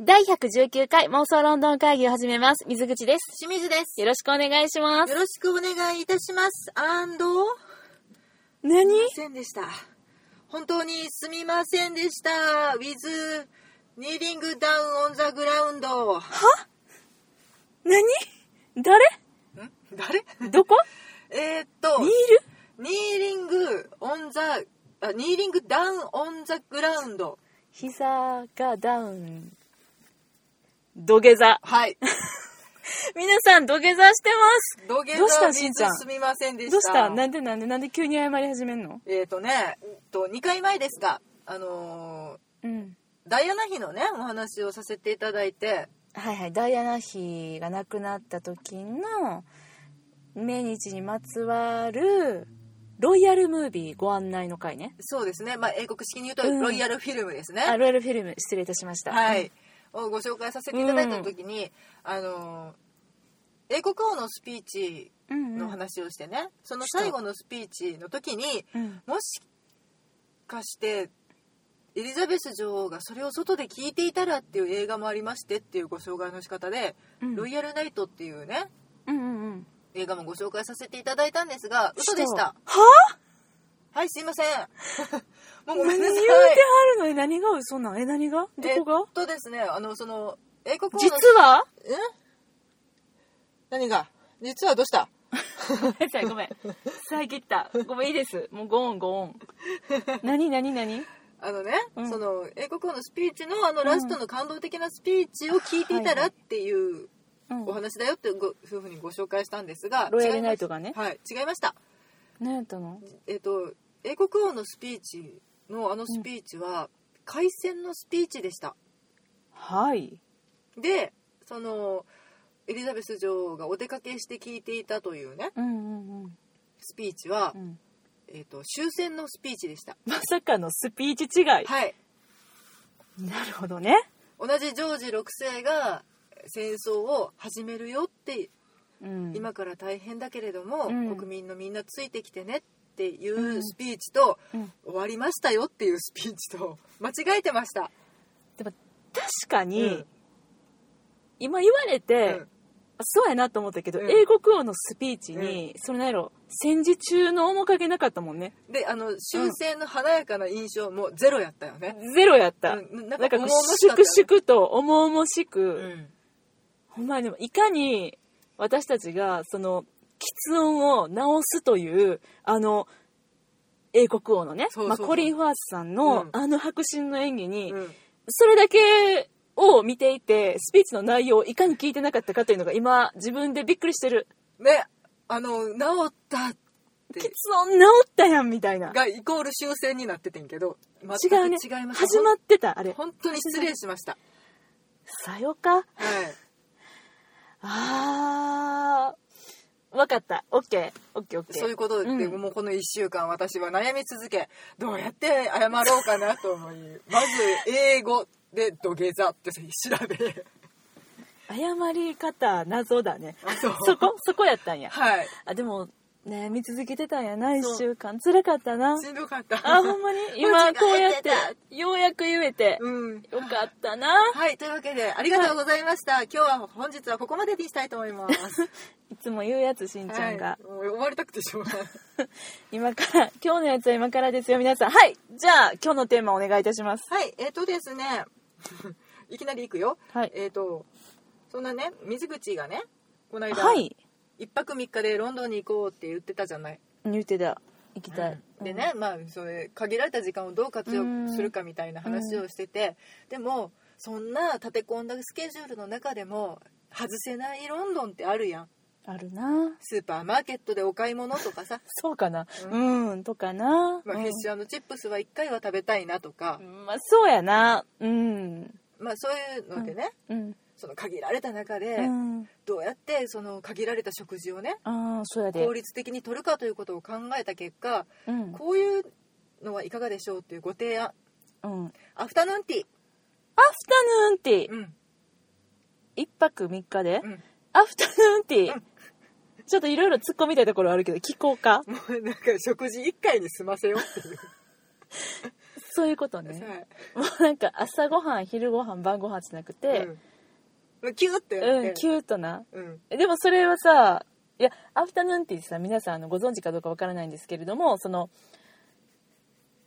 第119回妄想ロンドン会議を始めます。水口です。清水です。よろしくお願いしますよ。ろしくお願いいたします。アンド、何すいませんでした。本当にすみませんでした。with kneeling down on the ground。ん何誰誰どこえーっとニ、ー kneeling on the, あ、kneeling down on the ground。膝がダウン。土下座。はい。皆さん土下座してます。土下 どうし座た with しんちゃんすみませんでした。どうしたなんでなんでなんで急に謝り始めんのえーっとね、うんと、2回前ですが、あのーうん。ダイアナ妃のね、お話をさせていただいて、はいはい。ダイアナ妃が亡くなった時の命日にまつわるロイヤルムービーご案内の会ね。そうですね、まあ、英国式に言うとうんロイヤルフィルムですね、あ、ロイヤルフィルム失礼いたしました。はい、をご紹介させていただいた時に、あの英国王のスピーチうんうん。の話をしてね、その最後のスピーチの時にうん。もしかしてエリザベス女王がそれを外で聞いていたらっていう映画もありましてっていうご紹介の仕方で「うんロイヤルナイト」っていうねうんうんうん。映画もご紹介させていただいたんですが嘘でししたたはいすい ませんもうごめんなさい言うてはるのえ何が嘘なんえ何がどこがえっとですね、あの、その、英国王の実はえ何が実はどうしたごめんなさいごめん遮ったごめんいいですもうごンごン何何何あのね、うんその、英国王のスピーチのあのラストの感動的なスピーチを聞いていたらっていううんお話だよってご夫婦にご紹介したんですが、ロイヤル違いまナイトがねはい、違いました。何やったのえっと、英国王のスピーチのあのスピーチは、開戦のスピーチでした。はいで、その、エリザベス女王がお出かけして聞いていたというね、うんうんうんスピーチはう、んえっと、終戦のスピーチでした。まさかのスピーチ違いなはい。るほどね同じジョージ6世が戦争を始めるよって、うん今から大変だけれども、うん国民のみんなついてきてねっていんうスピーチと、うん終わりましたよっていうスピーチと 間違えてました。でも確かに、うん今言われて、うんそうやなと思ったけど、うん英国王のスピーチに、それなんやろ戦時中の面影なかったもんねであの終戦の華やかな印象もゼロやったよね。ゼロやった、うんなんかこう、かったよね粛々と重々しく、うんほんまにでも、いかに私たちが、その、喫音を直すという、あの、英国王のね、そうそうまそあ、うコリン・ファースさんの、うんあの迫真の演技に、うんそれだけを見ていて、スピーチの内容をいかに聞いてなかったかというのが、今、自分でびっくりしてる。ねあの治ったっ喫て音直ったやんみたいな。がイコール終戦になっててんけど違うね。全く違いました。始まってた、あれ。本当に失礼しました。さよか。はい。あー。わかった。オッケー。オッケーオッケー。そういうことで、うんもうこの1週間私は悩み続けどうやって謝ろうかなと思い まず英語で土下座って調べ謝り方謎だねあそうそこそこやったんや はいあでもね見続けてたんやな1そう週間辛かったなしんどかったあほんまに今間違えてたこうやってようやく言えて うんよかったなはいというわけでありがとうございました、今日は本日はここまでにしたいと思います いつも言うやつしんちゃんが、はい、もう終わりたくてしょうが ない今から今日のやつは今からですよ皆さんはいじゃあ今日のテーマお願いいたしますはいえっ、とですね いきなり行くよ、はいえっ、とそんなね水口がねこの間、はい一泊三日でロンドンに行こうって言ってたじゃない入手だ行きたい、でね、まあそれ限られた時間をどう活用するかみたいな話をしてて、でもそんな立て込んだスケジュールの中でも外せないロンドンってあるやんあるな、スーパーマーケットでお買い物とかさそうかなうん、とかな、まあ、フィッシュチップスは1回は食べたいなとかう、んまあそうやなうんまあ、そういうのでね、うんその限られた中でうんどうやってその限られた食事をねああそうやで効率的に取るかということを考えた結果うんこういうのはいかがでしょうっていうご提案うん、アフアフタヌーンティー、タヌーンティーうん一泊三日で、うんアフタヌーンティー、ちょっといろいろ突っ込みたいところあるけど聞こうかもうなんか食事1回に済ませようっていうそういうことねはいもうなんか朝ごはん昼ごはん晩ごはんじゃなくてうん、キューってうやん、ってキュートなうんでもそれはさいやアフタヌーンティーってさ皆さんあのご存知かどうかわからないんですけれどもその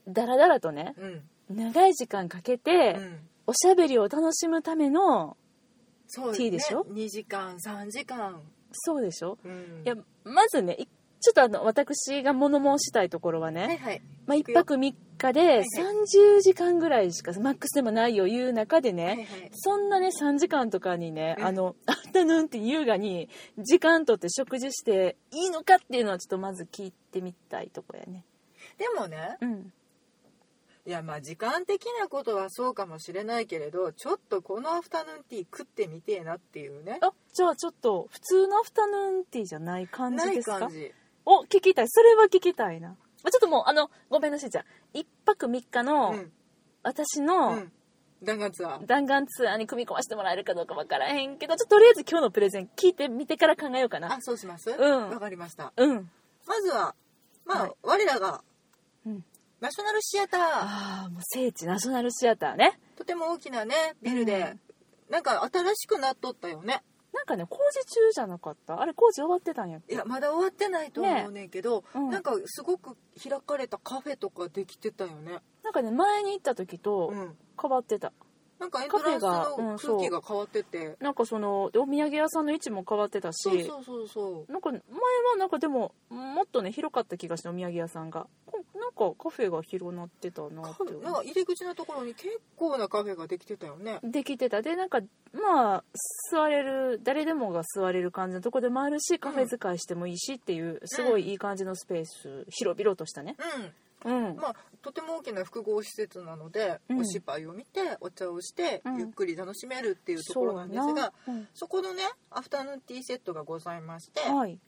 だらだらとねうん長い時間かけて、うんおしゃべりを楽しむためのそうティーでしょ2時間3時間、そうでしょ、うんいやまずねいちょっとあの私が物申したいところはね、はいはいまあ、聞く1よ泊3日いではい30時間ぐらいしかマックスでもないよいう中でね、はいはいそんなね3時間とかにね、うんあのアフタヌーンティー優雅に時間とって食事していいのかっていうのはちょっとまず聞いてみたいとこやねでもねうんいやまあ時間的なことはそうかもしれないけれどちょっとこのアフタヌーンティー食ってみてえなっていうねあじゃあちょっと普通のアフタヌーンティーじゃない感じなでいすか感じお聞きたいそれは聞きたいなまあちょっともうあのごめんなさいじゃあ1泊3日のうん私うのん弾丸ツアー弾丸ツアーに組み込ませてもらえるかどうかわからへんけどちょっととりあえず今日のプレゼン聞いてみてから考えようかなあそうしますうんわかりましたうんまずはまあ、はい我らがうんナショナルシアターああもう聖地ナショナルシアターねとても大きなねビルで、なんか新しくなっとったよねなんかね工事中じゃなかったあれ工事終わってたんやっいけやまだ終わってないと思うねんけど、うんなんかすごく開かれたカフェとかできてたよね、なんかね前に行った時とうん、変わってた、なんかエントランスカフェがうのん空そう気が変わってて、なんかそのお土産屋さんの位置も変わってたしそうそうそうそうなんか前はなんかでももっとね広かった気がしてお土産屋さんがこなんかカフェが広なってたなっカフェなんてか入り口のところに結構なカフェができてたよねできてたでなんかまあ座れる誰でもが座れる感じのとこでもあるしカフェ使いしてもいいしっていうすごいいい感じのスペース広々としたねうんうんまあとても大きな複合施設なので、うんお芝居を見てお茶をして、うんゆっくり楽しめるっていうところなんですそうやがなうんそこのねアフタヌーンティーセットがございまして、はい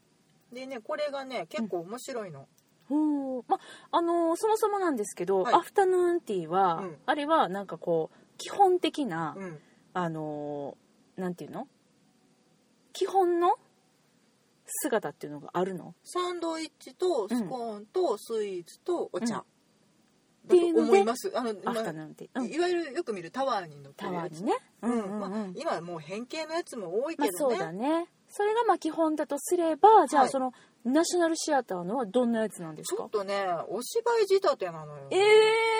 でねこれがね結構面白いの、ほうまあのーそもそもなんですけど、はいアフタヌーンティーは、うんあれはなんかこう基本的な、うんあのーなんていうの基本の姿っていうのがあるのサンドイッチとスコーンとスイーツとお茶、んだと思いますあの、まアフあタヌーンティー、うん、いわゆるよく見るタワーに乗ってタるワやーつにね、ううんんうんうんまあ、今もう変形のやつも多いけまあどね、そうだねそれがまあ基本だとすればじゃあはいその、ナショナルシアターのはどんなやつなんですちょかっとねお芝居仕立てなのよえ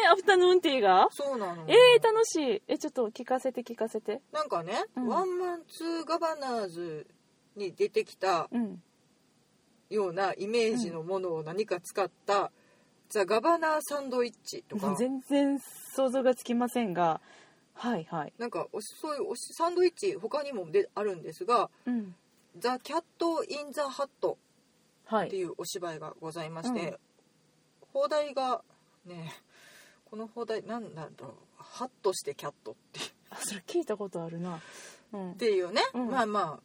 ー、アフタヌーンティーがそうなのえー、楽しいえちょっと聞かせて聞かせてなんかね、うんワンマンツーガバナーズに出てきたうんようなイメージのものを何か使った、ザ・ガバナーサンドイッチとか全然想像がつきませんがはいはい、なんかおしそういうおしサンドイッチ他にもであるんですがうん、ザ・キャット・イン・ザ・ハットはっていいうお芝居がございましうて、放題がねこの放題なんだろうハッとしてキャットっていうあそれ聞いたことあるな、うんっ、ていうね、うんまあまあ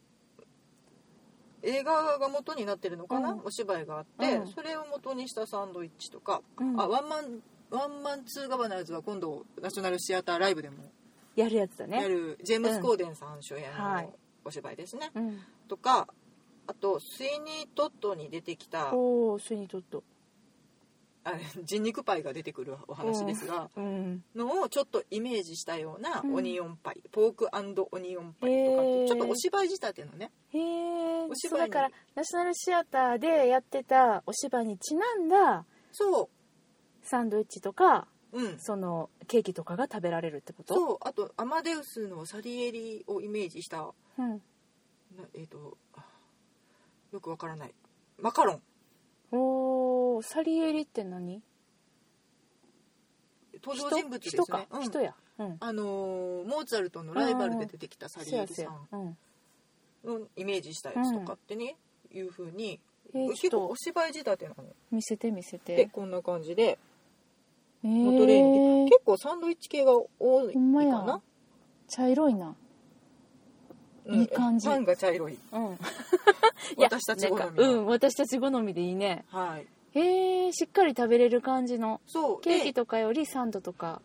映画が元になってるのかな、うんお芝居があって、うんそれを元にしたサンドイッチとか、うんあワンマンワンマンツーガバナーズは今度ナショナルシアターライブでもやるやつだやね、る、ジェームス・コーデンさん主演はいのお芝居ですね、うん、とかあとスイニー・トットに出てきたおおそれにとっとあ人肉パイが出てくるお話ですが、うんのをちょっとイメージしたようなうんオニオンパイ、ポークオニオンパイとかってへーちょっとお芝居仕立てのねへえおそう芝居にだからナショナルシアターでやってたお芝居にちなんだそサンドイッチとかううんそのケーキとかが食べられるってことそうあとアマデウスのサリエリをイメージしたなう、ん、えっ、とよくわからないマカロンおおサリエリって何登場人物です人ねか、うん人やうんあのーモーツァルトのライバルで出てきたサリせエやリせさやんうんのイメージしたやつとかってね、いう風に、えー、ちょ結っと構お芝居仕立てなの見せて見せてでこんな感じでえ元レンー結構サンドイッチ系が多いほんまかやな、茶色いなうんいい感じパンが茶色いうん私たち好みのうん私たち好みでいいねはいへえしっかり食べれる感じのそうケーキでとかよりサンドとか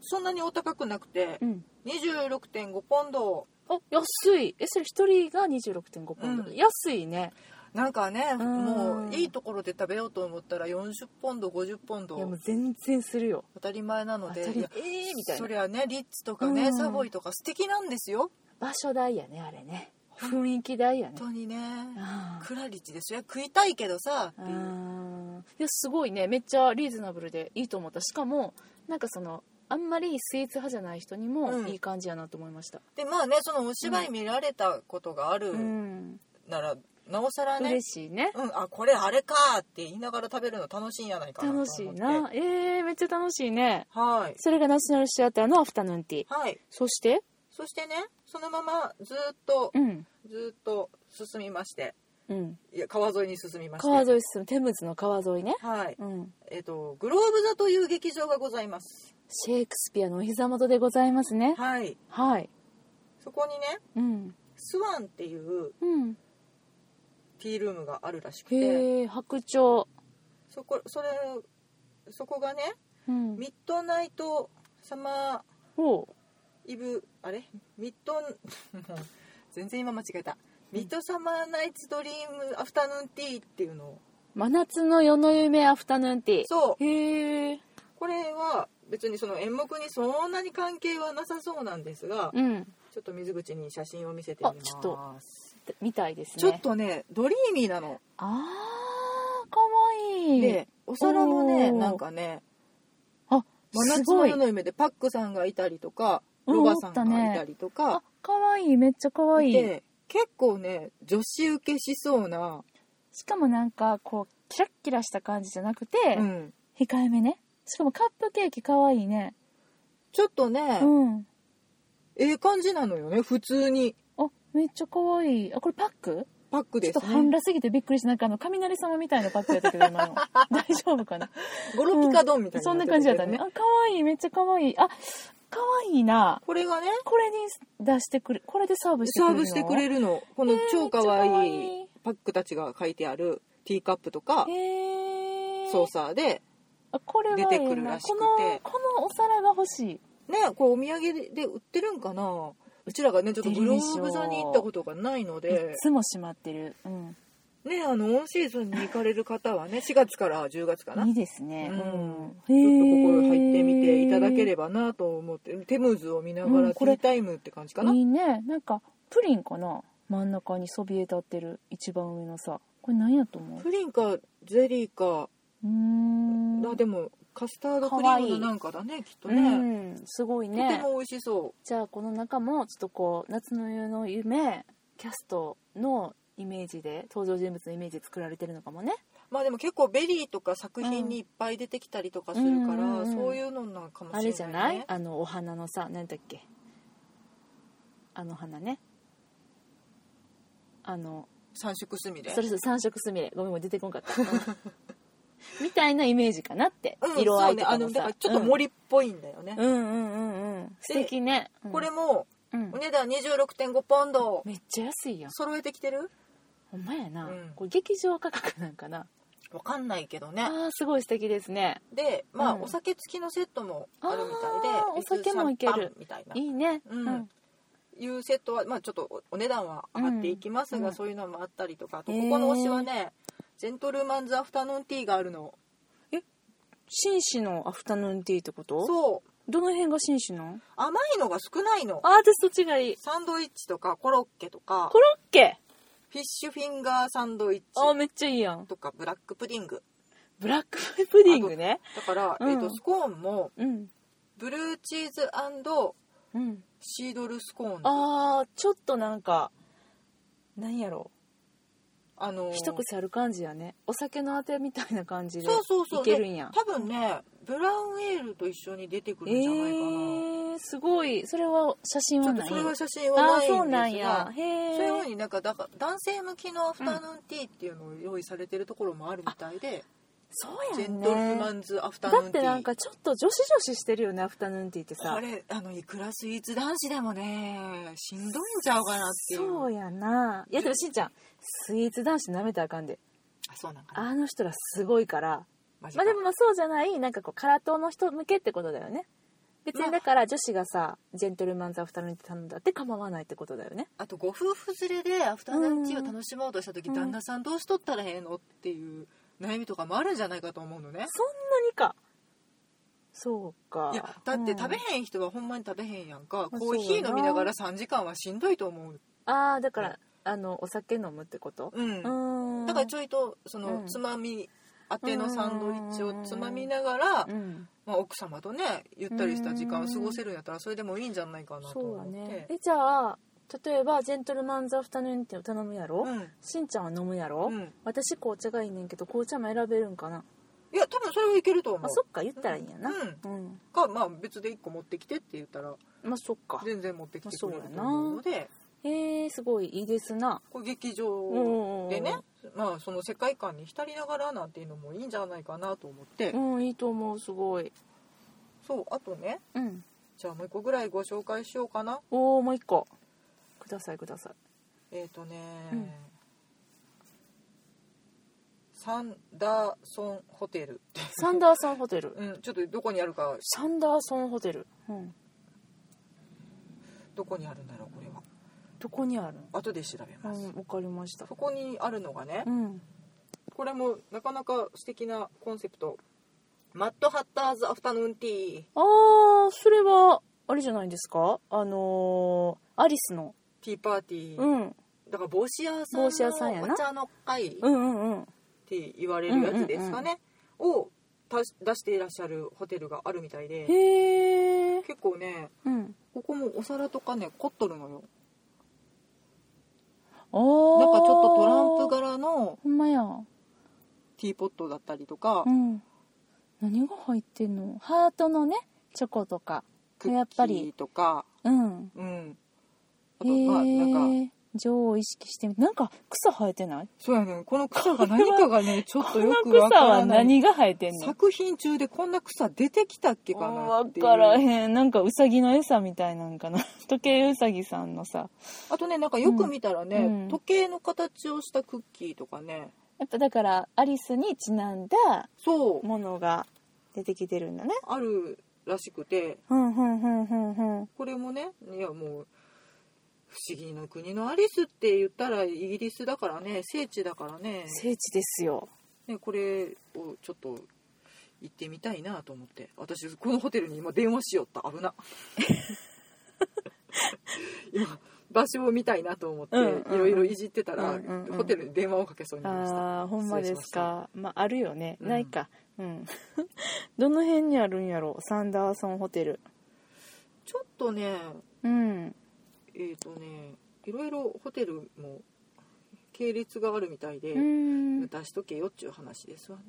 そんなにお高くなくてうん26.5ポンドあ安いえそれ一人が26.5ポンド、うん安いねなんかね、うんもういいところで食べようと思ったら40ポンド50ポンドいやもう全然するよ当たり前な当のでたりえいやー、みたいそなりゃねリッツとかうね、んサボイとか素敵なんですよ場所代やねあれね雰囲気代やね本当にねあクラリッチでそりゃ食いたいけどさあうんいやすごいねめっちゃリーズナブルでいいと思ったしかもなんかそのあんまりスイーツ派じゃない人にうもんいい感じやなと思いました、でまあねそのお芝居見られたことがあるうんなら、なおさらね嬉しいねうん、あこれあれかって言いながら食べるの楽しいんやないかなと思楽ってしいなえー、めっちゃ楽しいねはいそれがナショナルシアターのアフタヌーンティーはいそしてそしてねそのままずーっとうんずーっと進みましてうんいや川沿いに進みまして川沿い進むテムズの川沿いねはいうんえっ、とグローブ座という劇場がございますシェイクスピアのお膝元でございますねはいはいそこにねうんスワンっていううんティールームがあるらしくてへえ白鳥そこそれそこがねうんミッドナイトサマーおうイブあれミッドもう全然今間違えたミッドサマーナイツドリームアフタヌーンティーっていうのを真夏の夜の夢アフタヌーンティーそうへえこれは別にその演目にそんなに関係はなさそうなんですがうんちょっと水口に写真を見せてみますあちょっとみたいですねちょっとねドリーミーなの、あーかわいいでお皿もねおーなんかねあ真す夏ごのい夜の夢でパックさんがいたりとかうんロバさんがいたりとあか、かわいいめっちゃかわいいで結構ね女子受けしそうな、しかもなんかこうキラッキラした感じじゃなくて、うん控えめねしかもカップケーキかわいいねちょっとね、うんええ感じなのよね普通にあめっちゃかわいいあこれパックパックちょでっとす半ね裸すぎてびっくりしたなんかあの雷様みたいなパックやったけど 今の大丈夫かなゴロピカドンみたいな、そんな感じだったねあかわいいめっちゃかわいいあかわいいなこれがねこれに出してくれこれでサーブしてくれるサーのブしてくれるのこのえー超かわめっちゃ可い愛いいパックたちが書いてあるティーカップとかへえソーサーであこれはいいな出てくるらしくてこのこのお皿が欲しいねこれお土産で売ってるんかなうちらがねちょっとグローブ座に行ったことがないのいでつもしまってるうんねあのオンシーズンに行かれる方はね4月から10月かな、いいですね。うんちちょっとここ入ってみていただければばなと思ってテムズを見ながうんらテこィれータイムって感じかな、いいね。なんかプリンかな。真ん中にそびえ立ってる一番上のさ、これ何やと思う？プリンかゼリーかうーん。あでもカスタードクリームのなんかだねきっとね、うん、すごいとてね。も美味しそじゃあこの中もちょっとこう夏の夜の夢キャストのイメージで登場人物のイメージで作られてるのかもね。うまあでも結構ベリーとか作品にいっぱい出てきたりとかするから、うんうんうんそういうのなのかもしれない、ね、あれじゃない？あのお花のさ、何だっけ？あの花ね。あの三色すみれそれぞれ三色すみれごめんもう出てこん かった、うんみたいなイメージかなって、うん色合いとかそうねあのもださからちょっと森っぽいんだよね、うん、うんうんうんうん素敵ね、うんこれもうんお値段26.5ポンドめっちゃ安いやん揃えてきてるほんまやな、うんこれ劇場価格なんかなわかんないけどねあーすごい素敵ですねでまあ、うんお酒付きのセットもあるみたいであーお酒もいける水三杯みたいないいねうんいうセットは、まあ、ちょっとおお値段は上がっていきますが、うんそういうのもあったりとかあとへこーこの推しはね、ジェントルマンズアフタヌーンティーがあるの紳士のアフタヌーンティーってことそうどの辺が紳士なん甘いのが少ないのアーティスト違いサンドイッチとかコロッケとかコロッケフィッシュフィンガーサンドイッチあーめっちゃいいやんとかブラックプディングブラックプディングねだから、うんえー、とスコーンもうんブルーチーズうんシードルスコーンああーちょっとなんか何やろうのー一口ある感じやねお酒のあてみたいな感じでそうそうそういけるんや多分ねブラウンエールと一緒に出てくえるんじゃないかな、ー、すごいそれは写真ちょはっとないそれは写真はあなあいんですがそうなんやへえそういうふうになんかだから男性向きのアフタヌーンティーっていうのを用意されてるところもあるみたいで、そうジやェんントルねマンズアフタヌだーっンティてーなんかちょっと女子女子してるよねアフタヌーンティーってさこれあのいくらスイーツ男子でもねしんどいんちゃうかなっていうそうやないやでもしんちゃんスイーツ男子舐めたらあかんであそうなんかなあの人らすごいからマジまかあでもまあそうじゃないなんかこう空手の人向けってことだよね別にだから女子がさジェントルマンズアフタヌーンティー頼んだって構わないってことだよねあとご夫婦連れでアフタヌーンティーを楽しもうとした時、うん旦那さんどうしとったらええのっていう悩みとかもあるんじゃないかと思うのねそんなにかそうかいやだって食べうんへん人はほんまに食べへんやんか、まあコーヒそうーだな飲みながら3時間はしんどいと思うああだからあのお酒飲むってことうんうんだからちょいとそうのんつまみ当てのサンドイッチをつまみながら、うんまあ、奥様とねゆったりした時間を過ごせるんやったらそれでもいいんじゃないかなとそう思っだてねえじゃあ例えばジェントルマンズアフタヌーンティーを頼むやろ、しんちゃんは飲むやろ、うん、うん、私紅茶がいいねんけど紅茶も選べるんかな、いや多分それはいけると思うあそっか言ったらいいんやなうんうん、かまあ別で1個持ってきてって言ったらまあそっか全然持ってきてくれると思うのでへえー、すごいいいですなこう劇うんう場んうんでねまあその世界観に浸りながらなんていうのもいいんじゃないかなと思ってうんいいと思うすごいそうあとねうんじゃあもう1個ぐらいご紹介しようかなおおもう一個くださいくださいえっ、とね、うんサンダーソンホテル って、サンダーソンホテルうん、ちょっとどこにあるかサンダーソンホテル、うん、どこにあるんだろうこれはどこにあるの後で調べうます、んわかりましたそこにあるのがねうんこれもなかなか素敵なコンセプトマッドハッターズアフタヌーンティーああそれはあれじゃないですかあのー、アリスの、ティーパーティー、うん、だから帽子屋さん帽子屋さんやなのお茶の会っうんうんうんて言われるやつですかね、をたし出していらっしゃるホテルがあるみたいでへえ結構ねうんここもお皿とかね凝っとるのよああなんかちょっとトランプ柄のほんまやティーポットだったりとか、うん何が入ってんのハートのねチョコとかクやッっぱキりーとかうんうんあへとまあなんかえ女王を意識してみなんか草生えてないそうやねこの草が何か がねちょっとこよのくわか草はらない何が生えてんの作品中でこんな草出てきたっけかなっ分ていからうへんなんかウサギの餌みたいなんかな 時計ウサギさんのさあとねなんかよく見たらね、うん時計の形をしたクッキーとかねやっぱだからアリスにちなんだそうものが出てきてるんだねあるらしくてうんうんうんうんうんこれもねいやもう不思議な国のアリスって言ったらイギリスだからね聖地だからね聖地ですよね、これをちょっと行ってみたいなと思って私このホテルに今電話しよった 危な今場所を見たいなと思っていうんうんうんろいろいじってたら、うんうんうんホテルに電話をかけそうになりましたあーほんまですかまああるよね、うんないかうん どの辺にあるんやろサンダーソンホテルちょっとねうんえっ、とねいろいろホテルも系列があるみたいで、うん、出しとけよっちゅう話ですわね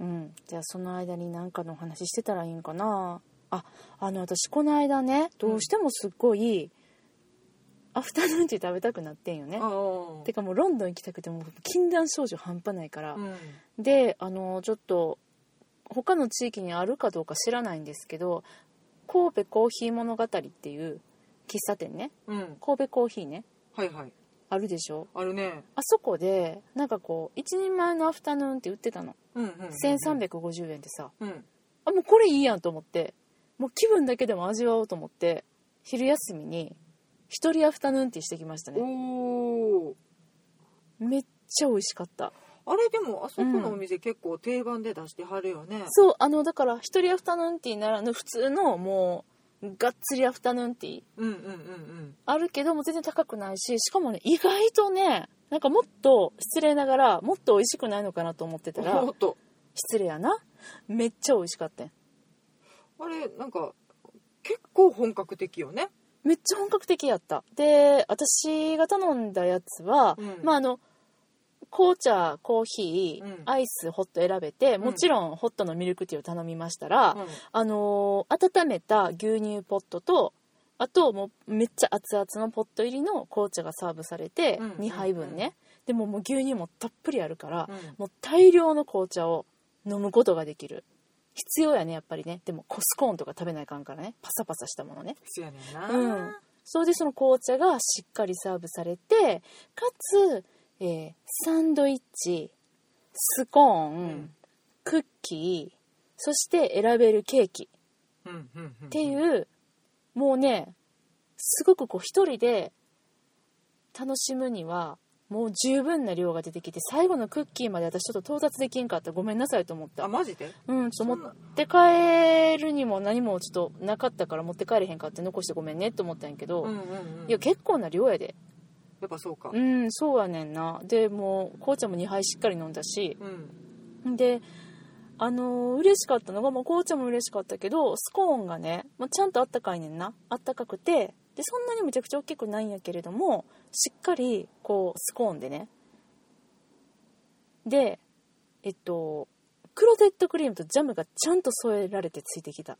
うん、じゃあその間に何かのお話してたらいいんかなああの私この間ねどうしてもすっごい、アフタヌーンティー食べたくなってんよねああてかもうロンドン行きたくてもう禁断症状半端ないから、うんであのちょっと他の地域にあるかどうか知らないんですけど神戸コーヒー物語っていう喫茶店ねうん神戸コーヒーねはいはいあるでしょあるねあそこでなんかこう一人前のアフタヌーンって売ってたのうんうんうん、うん、 1350円でさうんあもうこれいいやんと思ってもう気分だけでも味わおうと思って昼休みに一人アフタヌーンティーしてきましたねおおめっちゃ美味しかったあれでもあそこのお店結構定番で出してはるよね、そうあのだから一人アフタヌーンティーならぬ普通のもうがっつりアフタヌーンティーうん、うんうんうんあるけども全然高くないししかもね意外とねなんかもっと失礼ながらもっと美味しくないのかなと思ってたら おっと失礼やなめっちゃ美味しかったよあれなんか結構本格的よねめっちゃ本格的やったで私が頼んだやつは、うんまああの紅茶コーヒー、うんアイスホット選べてもちろんホットのミルクティーを頼みましたら、うんあのー温めた牛乳ポットとあともうめっちゃ熱々のポット入りの紅茶がサーブされてうん2杯分ね、でももう牛乳もたっぷりあるから、うんもう大量の紅茶を飲むことができる必要やねやっぱりねでもコスコーンとか食べないかんからねパサパサしたものねそうやねんなうんそれでその紅茶がしっかりサーブされてかつ、えーサンドイッチスコーン、うんクッキーそして選べるケーキうんうんうん、っっていうもうねすごくこう一人で楽しむにはもう十分な量が出てきて最後のクッキーまで私ちょっと到達できんかったごめんなさいと思ったあマジでうんちょっとそん持なって帰るにも何もちょっとなかったから持って帰れへんかって残してごめんねって思ったんやけど、うんうんうん、いや結構な量やでやっぱそうかうんそうやねんなでもう紅茶も2杯しっかり飲んだしうんであのー嬉しかったのが、まあ、紅茶も嬉しかったけどスコーンがね、まあ、ちゃんとあったかいねんなあったかくてでそんなにめちゃくちゃ大きくないんやけれどもしっかりこうスコーンでねでえっとクロテッドクリームとジャムがちゃんと添えられてついてきた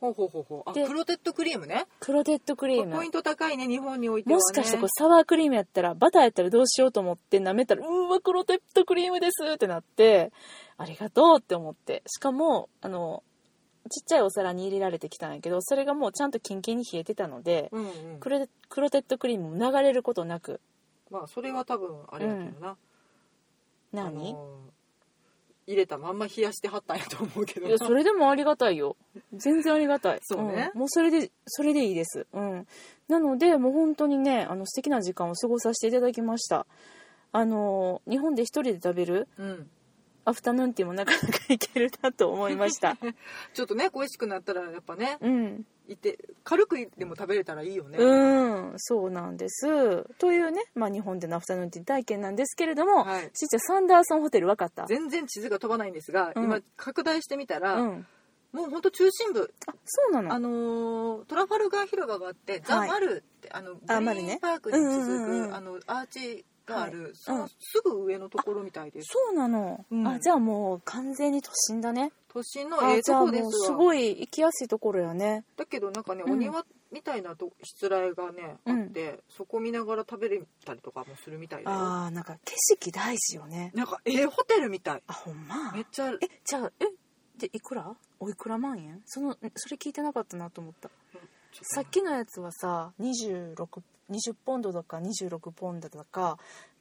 ほうほうほうほうあでクロテッドクリームねクロテッドクリームポイント高いね日本においては、ね、もしかしてこれサワークリームやったらバターやったらどうしようと思って舐めたら「うーわクロテッドクリームです」ってなってありがとうって思ってしかもあのちっちゃいお皿に入れられてきたんやけどそれがもうちゃんとキンキンに冷えてたのでうんうんクロクロテッドクリームも流れることなくまあそれは多分あれだけどな、あ何、のー入れたまんま冷やしてはったんやと思うけどいやそれでもありがたいよ全然ありがたいそうねんもうそれでそれでいいですうんなのでもう本当にねあの素敵な時間を過ごさせていただきましたあの日本で一人で食べるうん、アフタヌーンティーもなかなかいけるなと思いま した。ちょっとね恋しくなったらやっぱねうん、いて軽くでも食べれたらいいよね、うん、そうなんです。というね、まあ日本でのアフタヌーンティー体験なんですけれども、はいしーちゃんサンダーソンホテルわかった。全然地図が飛ばないんですが、うん今拡大してみたら、うん、もうほんと中心部、あ、そうなの。あのートラファルガー広場があって、ザ・マルってあのあグリーンパークに続く、マルねうんうんうんうんあのアーチがある、そうんのすぐ上のところみたいです、そうなの、うんあ、じゃあもう完全に都心だね。都心のえあ、えじとゃあこでもうすすわごい行きやすいところやね。だけどなんかね、うんお庭みたいなとしつらいがねあうんって、そこ見ながら食べれたりとかもするみたいだよああ、なんか景色大事よね。なんかええホテルみたいあ、ほんまめ。っちゃえ、じゃあ、え、でいくら？おいくら万円？そのんそれ聞いてなかったなと思った。さっきのやつはさ26 20ポンドとか26ポンドとか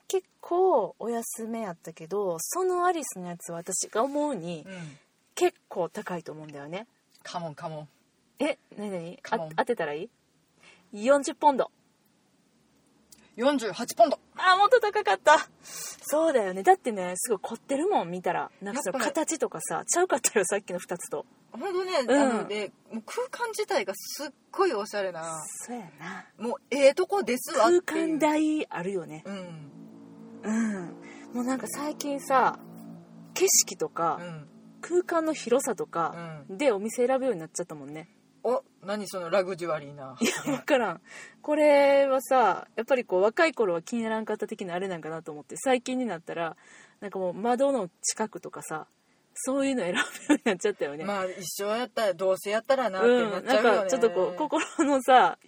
結構お安めやったけどそのアリスのやつは私が思うにうん結構高いと思うんだよねカモンカモンえ何何カモあン当てたらいい ?40 ポンド48ポンドあもっと高かったそうだよねだってねすごい凝ってるもん見たらなんかそのやっぱり形とかさちゃうかったよさっきの2つとほんとね、うんあのねもう空間自体がすっごいおしゃれなそうやなもうええとこですわってい空う間大あるよねうんうんもうなんか最近さ景色とか、うん空間の広さとうかんでお店選ぶようになっちゃったもんねお何そのラグジュアリーな分からんこれはさやっぱりこう若い頃は気にならんかった的なあれなんかなと思って最近になったらなんかもう窓の近くとかさそういうの選ぶようになっちゃったよね、まあ一生やったらどうせやったらなってうんなっちなんゃうよかね、ちょっとこう心のさ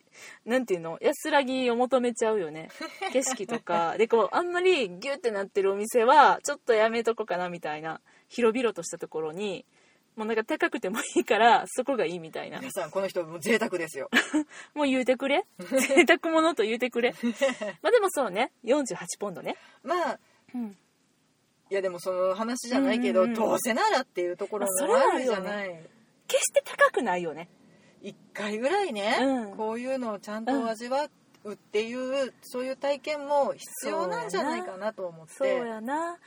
なんていうの安らぎを求めちゃうよ ね景色とかでこうあんまりギュってなってるお店はちょっとやめとこうかなみたいな広々としたところにもうなんか高くてもいいからそこがいいみたいな皆さんこの人もう贅沢で すよもう言うて くれ贅沢者と言うて くれまあでもそうね48ポンドね、まあうん、いやでもその話じゃないけど、うんうんうんどうせならっていうところもまあそれはああるるじよゃねない決して高くないよね一回ぐらいね、うんこういうのをちゃんと味わうっていう、そういう体験も必要なんじゃないかなと思っそうてやな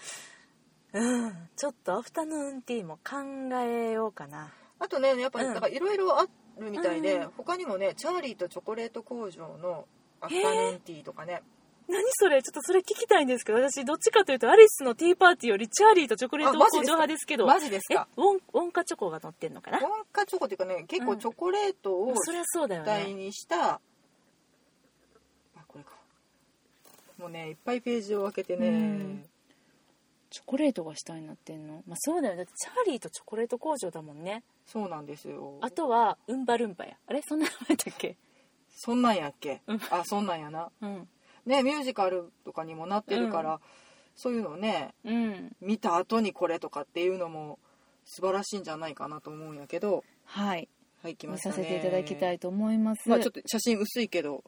うんちょっとアフタヌーンティーも考えようかなあとねやっぱうりんなんかいろいろあるみたいで、うん他にもねチャーリーとチョコレート工場のアフタヌーンティーとかね何それちょっとそれ聞きたいんですけど私どっちかというとアリスのティーパーティーよりチャーリーとチョコレートあ工マジ場で派ですかすけどマジですえウかォンウォンカチョコが乗ってんのかな本家チョコっていうかね結構チョコレートをそりゃそうだよ主体ねにした、あこれかもうねいっぱいページを開けてね、うんチョコレートが主体になってんのまあそうだよねだってチャーリーとチョコレート工場だもんねそうなんですよあとはウンバルンバやあれそんな名前だっけそんなんやっけうんあそんなんやなうんねミュージカルとかにもなってるから、そういうのをねうん見た後にこれとかっていうのも素晴らしいんじゃないかなと思うんやけどはいはい来ま見したさねせていただきたいと思います、まあちょっと写真薄いけど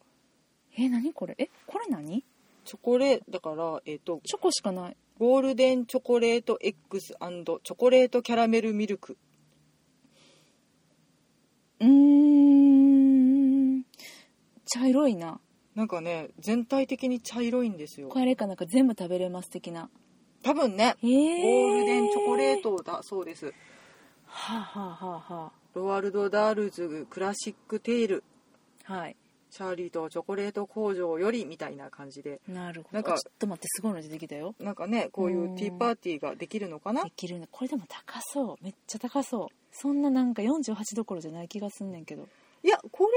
え何これえこれ何チョコレートだからえっ、とチョコしかないゴールデンチョコレート X& チョコレートキャラメルミルクうーん茶色いななんかね全体的に茶色いんですよこれあれかなんか全部食べれます的な多分ねへえゴールデンチョコレートだそうですはあ、はあはあはロワルド・ダールズクラシック・テイルあ、はいチャーリーとチョコレート工場よりみたいな感じでなるほどなんかちょっと待ってすごいの出てきたよなんかねこういううんティーパーティーができるのかなできるんだこれでも高そうめっちゃ高そうそんななんか48どころじゃない気がすんねんけどいやこ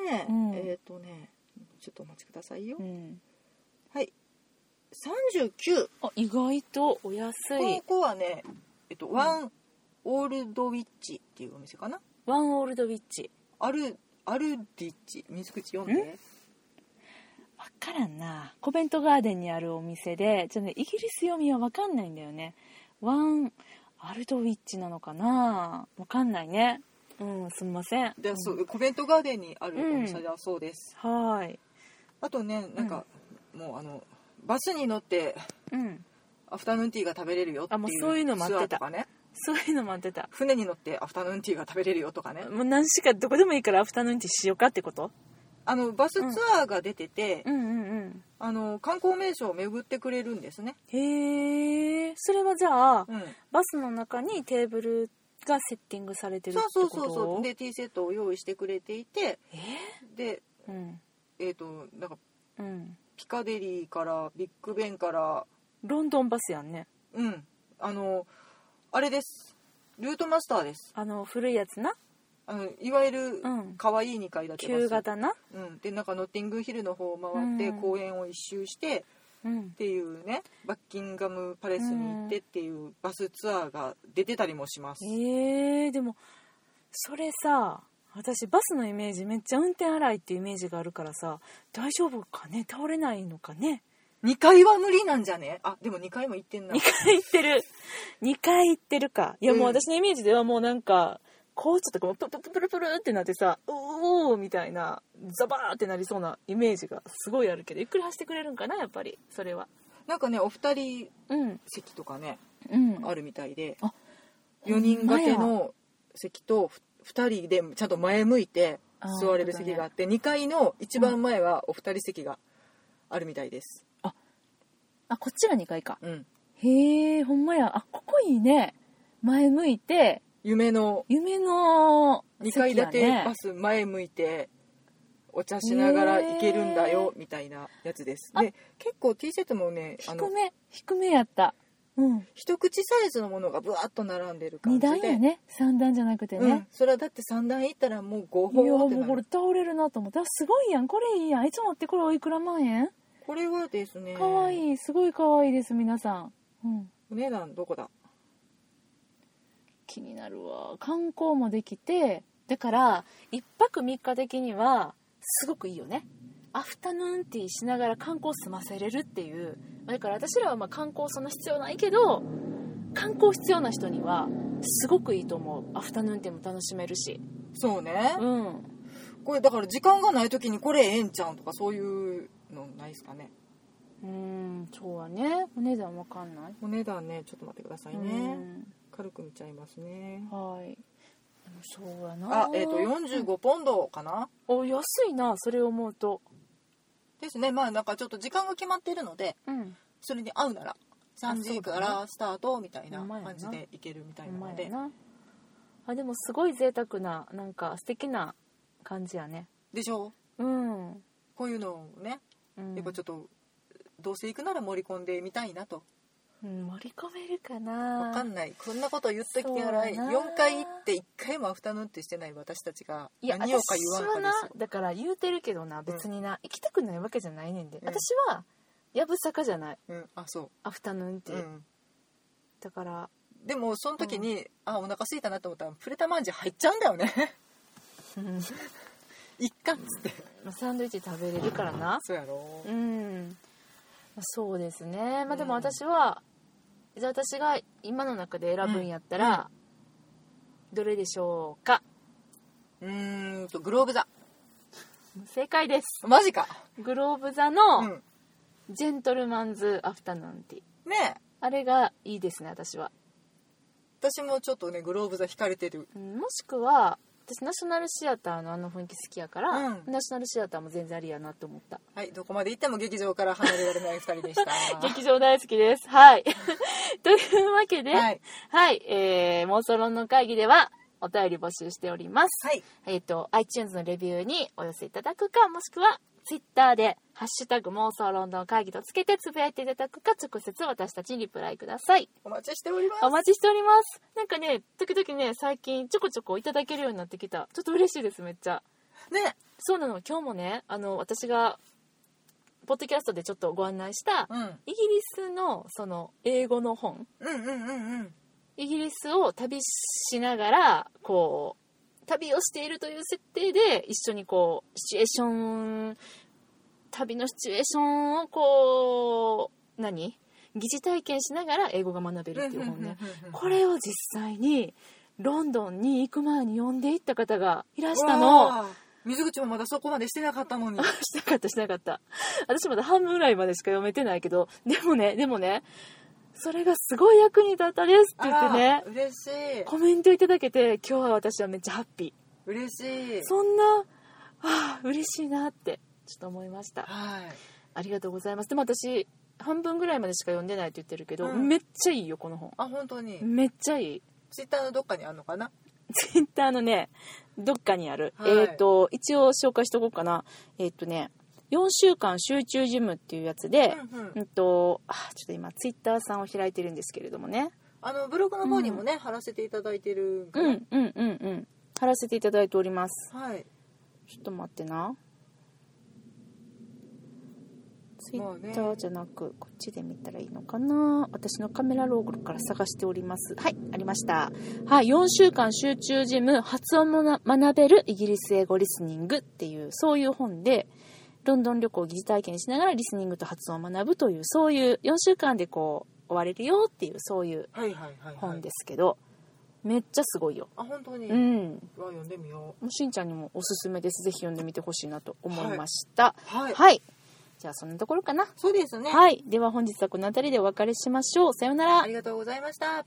れはね、うんえっ、とねちょっとお待ちくださいよ、うんはい39あ意外とお安このい子はね、えっと、ワン・オールド・ウィッチっていうお店かなワンオールドウィッチアルアルディッチ水口読んでわからんなコベントガーデンにあるお店でちょっとねイギリス読みはわかんないんだよねワンアルドウィッチなのかなわかんないねうんすんませんでそうんうコベントガーデンにあるお店だそうです、はーいあとねなんか、もうあのバスに乗ってうんアフタヌーンティーが食べれるよってあもうそういいうのうツア待ってたーとかねそういうの待ってた船に乗ってアフタヌーンティーが食べれるよとかねもう何しかどこでもいいからアフタヌーンティーしようかってことあのバスツアーが出てて、うんうんうんあの観光名所を巡ってくれるんですね、へえそれはじゃあうん、バスの中にテーブルがセッティングされてるってそうことそうそうそうでティーセットを用意してくれていてえでーうんえっ、となんかうんピカデリーからビッグベンからロンドンバスやんねうんあのあれですルートマスターですあの古いやつなあのいわゆるうん可愛い2階建てバス、旧型なうん、でなんかノッティングヒルの方を回ってうん公園を一周してうんっていうねバッキンガムパレスに行ってっていうバスツアーが出てたりもします、えー、でもそれさ私バスのイメージめっちゃ運転荒いってイメージがあるからさ大丈夫かね倒れないのか ね2階は無理なんじゃねあでも2階も行ってんな2回行ってる2回行ってるかいやもううん私のイメージではもうなんかこうちょっとこうプルプルプルプルってなってさうおーみたいなザバーってなりそうなイメージがすごいあるけどゆっくり走ってくれるんかなやっぱりそれはなんかねお二人うん席とかねうんあるみたいであ4人掛けの席と2人でちゃんと前向いて座れる席があって2階の一番前はお二人席があるみたいです、あこっちが2回かうん、へえほんまやあここいいね前向いて夢の夢の2階建てバス前向いてお茶しながら行けるんだよみたいなやつです、あで結構 T シャツもねあ低のめ低めやったうん一口サイズのものがぶわっと並んでる2感じで段やね3段じゃなくてうねん、、それはだって3段行ったらもう5いやも本うってなこれる倒れるなと思ってあすごいやんこれいいやんいつもってこれおいくら万円これはですねかわいいすごいかわいいです皆さん、うん、お値段どこだ気になるわ観光もできてだから1泊3日的にはすごくいいよねアフタヌーンティーしながら観光済ませれるっていうだから私らはまあ観光そんな必要ないけど観光必要な人にはすごくいいと思うアフタヌーンティーも楽しめるしそうね、うんこれだから時間がない時にこれええんちゃうんとかそういうのないですかねうーんそうはねお値段わかんないお値段ねちょっと待ってくださいね軽く見ちゃいますねうんはいでもそうやなあえっ、と45ポンドかなお安いなそれを思うとですねまあなんかちょっと時間が決まってるのでうんそれに合うなら3時からスタートみたいなほんまやな感じで行けるみたいほんなまのやでなあでもすごい贅沢ななんか素敵な感じやねでしょうん、うん、こういうのをねやっぱちょっとどうせ行くなら盛り込んでみたいなとうん盛り込めるかなわかんないこんなこと言っときながらそうやな4回行って1回もアフタヌーンってしてない私たちがいや何をか言わんか私はですなよだから言うてるけどな別にな、行きたくないわけじゃないねんで、うん私はやぶさかじゃないうん、あそアフタヌーンってう、うん、だからでもその時に、あお腹空いたなと思ったらプレタマンジ入っちゃうんだよねうんいっかっつってまあサンドイッチ食べれるからなそうやろうんまあそうですねまあでもうん私は、じゃあ私が今の中で選ぶんやったら、どれでしょうかうーんとグローブ座正解ですマジかグローブ座うのんジェントルマンズアフタヌーンティーねえあれがいいですね私は、私もちょっとねグローブ座惹かれてるうんもしくは私ナショナルシアターのあの雰囲気好きやから、うんナショナルシアターも全然ありやなと思ったはい、どこまで行っても劇場から離れられない2人でした。 劇場大好きですはい というわけでは、はいい、えー、妄想論の会議ではお便り募集しております、はい、えっ、と iTunes のレビューにお寄せいただくかもしくは Twitter で「ハッシュタグ妄想論の会議」とつけてつぶやいていただくか直接私たちにリプライくださいお待ちしております。お待ちしておりますなんかね時々ね最近ちょこちょこいただけるようになってきたちょっと嬉しいですめっちゃね、そうなの今日もねあの私がポッドキャストでちょっとご案内したうん、イギリスのその英語の本うんうんうんうん。イギリスを旅しながらこう旅をしているという設定で一緒にこうシチュエーション旅のシチュエーションをこう何疑似体験しながら英語が学べるっていう本ねうんうんうんうんうんこれを実際にロンドンに行く前に読んでいった方がいらしたのわあ。水口もまだそこまでしてなかったのに。しなか ったしなかった私まだ半分ぐらいまでしか読めてないけどでもねでもねそれがすごい役に立ったですって言ってねあら嬉しい。コメントいただけて今日は私はめっちゃハッピ嬉しいー。そんなああ嬉しいなってちょっと思いましたはい。ありがとうございますでも私半分ぐらいまでしか読んでないって言ってるけど、うんめっちゃいいよこの本あ、本当に。めっちゃいいツイッターのどっかにあるのかな。ツイッターのねどっかにある、はいえっ、と一応紹介しとこうかなえっ、とね4週間集中ジムっていうやつで、うんうんうんとあちょっと今ツイッターさんを開いてるんですけれどもねあのブログの方にもね、貼らせていただいてるんかうなんうんうんうん貼らせていただいておりますはい。ちょっと待ってなツイまあねッターじゃなくこっちで見たらいいのかな私のカメラロールから探しておりますはいありましたはい4週間集中ジム発音もな学べるイギリス英語リスニングっていうそういう本でロンドン旅行を疑似体験しながらリスニングと発音を学ぶというそういう4週間でこう終われるよっていうそういうはいはいはい、はい。本ですけどめっちゃすごいよあ、本当に。うはん読んでみよもうしんちゃんにもおすすめですぜひ読んでみてほしいなと思いましたう。は。はいい、じゃあそんなところかなそうですね。はいでは本日はこの辺りでお別れしましょうさようならありがとうございました。